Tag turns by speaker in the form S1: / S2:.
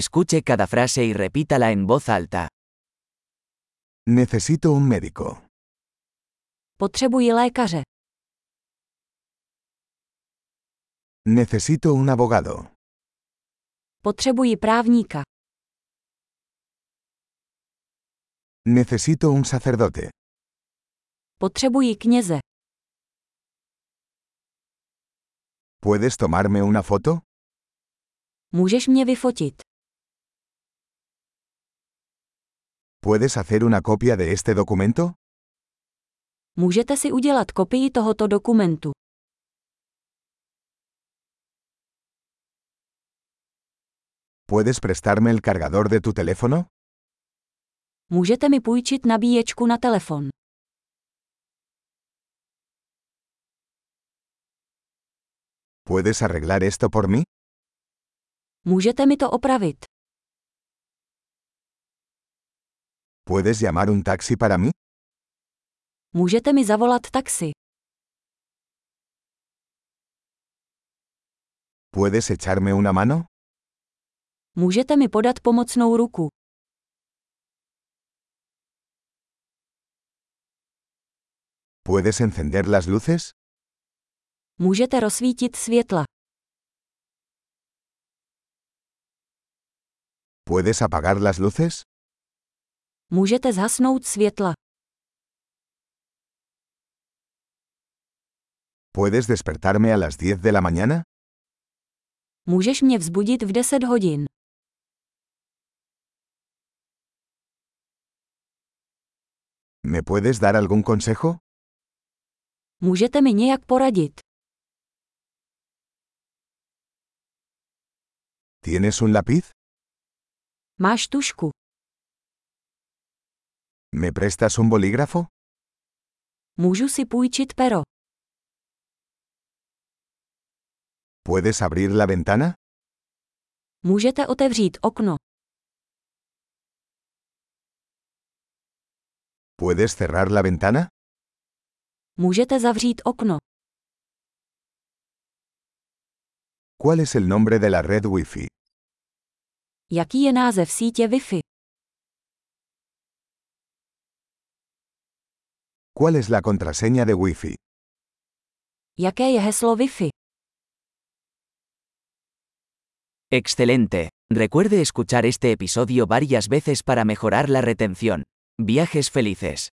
S1: Escuche cada frase y repítala en voz alta.
S2: Necesito un médico.
S3: Potřebuji lékaře.
S2: Necesito un abogado.
S3: Potřebuji právníka.
S2: Necesito un sacerdote.
S3: Potřebuji kněze.
S2: ¿Puedes tomarme una foto?
S3: Můžeš mě vyfotit.
S2: ¿Puedes hacer una copia de este documento?
S3: Můžete si udělat kopii tohoto dokumentu.
S2: ¿Puedes prestarme el cargador de tu teléfono?
S3: Můžete mi půjčit nabíječku na telefon.
S2: ¿Puedes arreglar esto por mí?
S3: Můžete mi to opravit.
S2: ¿Puedes llamar un taxi para mí?
S3: Můžete mi zavolat taxi.
S2: ¿Puedes echarme una mano?
S3: Můžete mi podat pomocnou ruku.
S2: ¿Puedes encender las luces?
S3: Můžete rozsvítit světla.
S2: ¿Puedes apagar las luces?
S3: Můžete zhasnout světla.
S2: ¿Puedes despertarme a las 10 de la mañana?
S3: Můžeš mě vzbudit v 10 hodin.
S2: ¿Me puedes dar algún consejo?
S3: Můžete mi nějak poradit.
S2: ¿Tienes un lápiz?
S3: Máš tušku.
S2: ¿Me prestas un bolígrafo?
S3: Můžu si půjčit pero.
S2: ¿Puedes abrir la ventana?
S3: Můžete otevřít okno.
S2: ¿Puedes cerrar la ventana?
S3: Můžete zavřít okno.
S2: ¿Cuál es el nombre de la red Wi-Fi?
S3: Jaký je název sítě Wi-Fi?
S2: ¿Cuál es la contraseña de Wi-Fi?
S3: Jaké je heslo Wi-Fi?
S1: Excelente. Recuerde escuchar este episodio varias veces para mejorar la retención. Viajes felices.